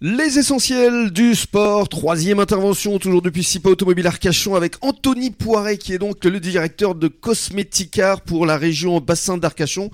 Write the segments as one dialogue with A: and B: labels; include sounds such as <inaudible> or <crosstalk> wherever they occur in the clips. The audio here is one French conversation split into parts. A: Les essentiels du sport, troisième intervention toujours depuis SIPA Automobile Arcachon avec Anthony Poiret qui est donc le directeur de Cosmeticar pour la région bassin d'Arcachon.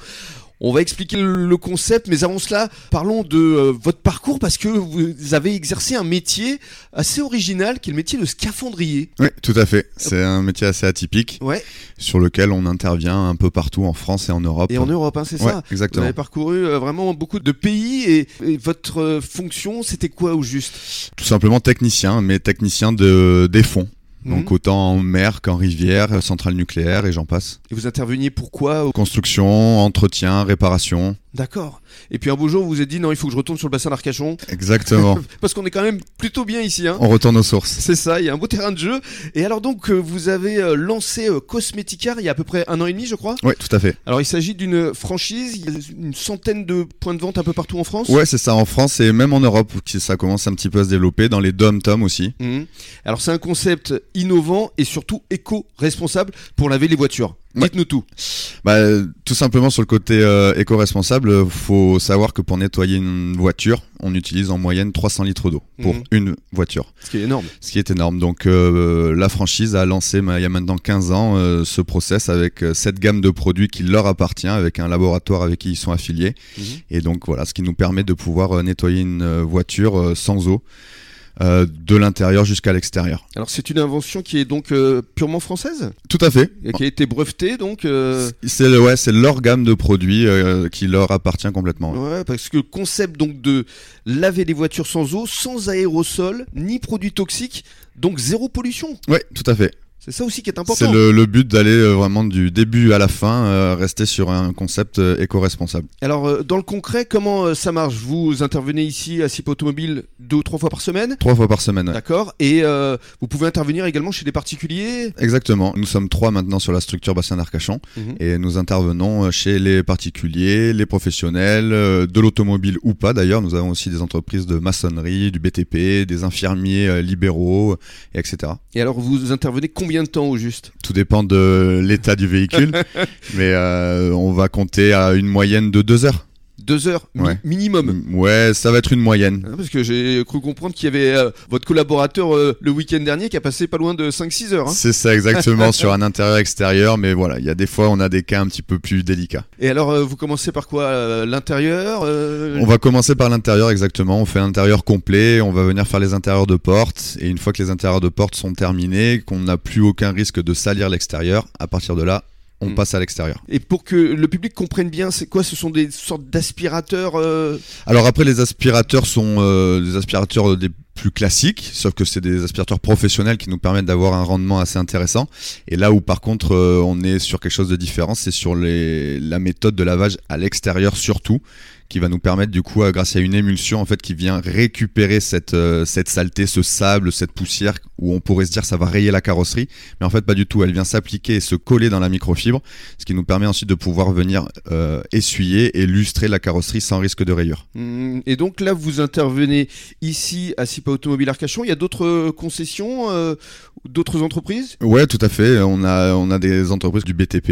A: On va expliquer le concept, mais avant cela, parlons de euh, votre parcours parce que vous avez exercé un métier assez original qui est le métier de scaphandrier.
B: Oui, tout à fait. C'est un métier assez atypique
A: Ouais,
B: sur lequel on intervient un peu partout en France et en Europe.
A: et en Europe, hein, c'est
B: Ouais,
A: ça Vous
B: exactement.
A: avez parcouru euh, vraiment beaucoup de pays et, et votre euh, fonction, c'était quoi au juste
B: Tout simplement technicien, mais technicien de, des fonds. Donc
A: Mhm.
B: autant en mer qu'en rivière, euh, centrale nucléaire et j'en passe.
A: Et vous interveniez pourquoi au-
B: Construction, entretien, réparation.
A: D'accord. Et puis un beau jour, vous vous êtes dit non, il faut que je retourne sur le bassin d'Arcachon <laughs>
B: Exactement.
A: parce qu'on est quand même plutôt bien ici. Hein
B: on retourne aux sources.
A: c'est ça, il y a un beau terrain de jeu. Et alors donc, euh, vous avez euh, lancé euh, Cosmeticar il y a à peu près un an et demi, je crois.
B: Oui, tout à fait.
A: Alors il s'agit d'une euh, franchise, il y a une centaine de points de vente un peu partout en France.
B: Ouais, c'est ça en France et même en Europe où ça commence un petit peu à se développer, dans les dom-tom aussi.
A: Mhm. Alors c'est un concept innovant et surtout éco-responsable pour laver les voitures.
B: Ouais.
A: Dites-nous tout.
B: Bah, euh, tout simplement sur le côté euh, éco-responsable, euh, faut savoir que pour nettoyer une voiture, on utilise en moyenne 300 litres d'eau pour
A: Mhm.
B: une voiture,
A: Ce qui est énorme.
B: ce qui est énorme. Donc euh, la franchise a lancé ma- il y a maintenant 15 ans euh, ce process avec euh, cette gamme de produits qui leur appartient, avec un laboratoire avec qui ils sont affiliés.
A: Mhm.
B: Et donc voilà, ce qui nous permet de pouvoir euh, nettoyer une euh, voiture euh, sans eau, euh, de l'intérieur jusqu'à l'extérieur.
A: Alors c'est une invention qui est donc euh, purement française,
B: Tout à fait.
A: et qui a été brevetée donc. euh,
B: C'est le- ouais, c'est leur gamme de produits euh, qui leur appartient complètement.
A: Ouais, parce que le concept donc de laver les voitures sans eau, sans aérosol, ni produits toxiques, donc zéro pollution.
B: Ouais, tout à fait.
A: C'est ça aussi qui est
B: C'est
A: important.
B: le, le but d'aller euh, vraiment du début à la fin, euh, rester sur un concept euh, éco-responsable.
A: Alors euh, dans le concret, comment euh, ça marche Vous intervenez ici à CIP Automobile deux ou trois fois par semaine,
B: Trois fois par semaine. ouais.
A: d'accord Et euh, vous pouvez intervenir également chez des particuliers.
B: Exactement. Nous sommes trois maintenant sur la structure bassin d'Arcachon
A: Mhm.
B: et nous intervenons euh, chez les particuliers, les professionnels, euh, de l'automobile ou pas d'ailleurs. Nous avons aussi des entreprises de maçonnerie, du BTP, des infirmiers euh, libéraux, et etc.
A: Et alors vous intervenez combien de temps au juste
B: Tout dépend de l'état
A: <laughs>
B: du véhicule, mais euh, on va compter à une moyenne de deux heures.
A: Deux heures mi-
B: Ouais. Mm.
A: minimum.
B: Ouais, ça va être une moyenne.
A: Hein, parce que j'ai cru comprendre qu'il y avait euh, votre collaborateur euh, le week-end dernier qui a passé pas loin de 5-6 heures. hein.
B: C'est ça exactement sur un intérieur extérieur, mais voilà, il y a des fois on a des cas un petit peu plus délicats.
A: Et alors euh, vous commencez par quoi euh, L'intérieur euh,
B: On va commencer par l'intérieur exactement, on fait l'intérieur complet, on va venir faire les intérieurs de portes, et une fois que les intérieurs de portes sont terminés, qu'on n'a plus aucun risque de salir l'extérieur, à partir de là, on
A: Mm.
B: passe à l'extérieur.
A: Et pour que le public comprenne bien, c'est quoi Ce sont des sortes d'aspirateurs. euh,
B: Alors après les aspirateurs sont euh, des aspirateurs des plus classiques, sauf que c'est des aspirateurs professionnels qui nous permettent d'avoir un rendement assez intéressant, et là où par contre euh, on est sur quelque chose de différent, c'est sur les, la méthode de lavage à l'extérieur surtout, qui va nous permettre du coup, euh, grâce à une émulsion en fait qui vient récupérer cette, euh, cette saleté, ce sable, cette poussière, où on pourrait se dire ça va rayer la carrosserie, mais en fait pas du tout, elle vient s'appliquer et se coller dans la microfibre, ce qui nous permet ensuite de pouvoir venir euh, essuyer et lustrer la carrosserie sans risque de rayure.
A: hmm, Et donc là, vous intervenez ici à SIPA Automobile Arcachon. Il y a d'autres euh, concessions, euh, d'autres entreprises
B: Ouais, tout à fait. On a, on a des entreprises du BTP,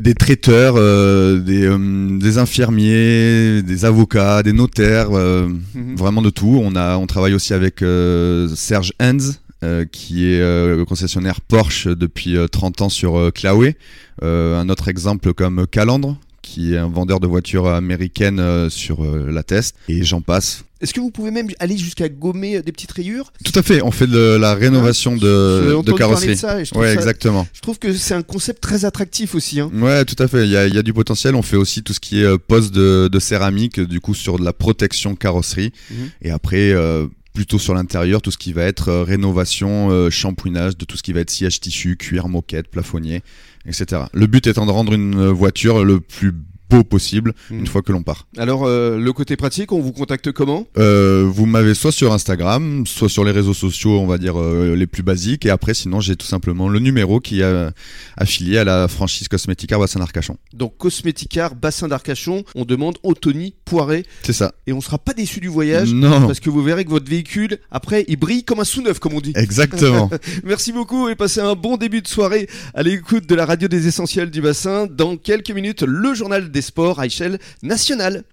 B: des traiteurs, euh, des, euh, des infirmiers, des avocats, des notaires, euh,
A: Mhm.
B: vraiment de tout. On, a, on travaille aussi avec euh, Serge Hens. euh, qui est euh, le concessionnaire Porsche depuis euh, 30 ans sur euh, Claouet. Euh, un autre exemple comme Calandre, qui est un vendeur de voitures américaines euh, sur euh, la Test. Et j'en passe.
A: Est-ce que vous pouvez même aller jusqu'à gommer euh, des petites rayures
B: Tout à fait, on fait de la rénovation
A: Ah, J'ai
B: de,
A: entendu
B: de
A: parler
B: carrosserie.
A: ça et je, trouve
B: ouais,
A: ça-
B: exactement.
A: je trouve que c'est un concept très attractif aussi. hein.
B: Ouais, tout à fait. Il y a, il y a du potentiel. On fait aussi tout ce qui est euh, pose de, de céramique, du coup, sur de la protection carrosserie.
A: Mhm.
B: Et après, euh, plutôt sur l'intérieur, tout ce qui va être euh, rénovation, euh, shampouinage, de tout ce qui va être sillage tissu, cuir, moquette, plafonnier, etc. Le but étant de rendre une euh, voiture le plus beau possible
A: Mhm.
B: une fois que l'on part.
A: Alors, euh, le côté pratique, on vous contacte comment
B: Euh, vous m'avez soit sur Instagram, soit sur les réseaux sociaux, on va dire euh, les plus basiques. Et après, sinon, j'ai tout simplement le numéro qui est euh, affilié à la franchise Cosmetica Bassin-Arcachon.
A: Donc, Cosmeticar, Bassin d'Arcachon, on demande Anthony Poiret
B: C'est ça.
A: et on sera pas déçu du voyage.
B: non.
A: Parce que vous verrez que votre véhicule, après, il brille comme un sous-neuf, comme on
B: Eh.
A: dit.
B: Exactement.
A: Merci beaucoup et passez un bon début de soirée à l'écoute de la radio des essentiels du bassin. Dans quelques minutes, le journal des sports à échelle nationale.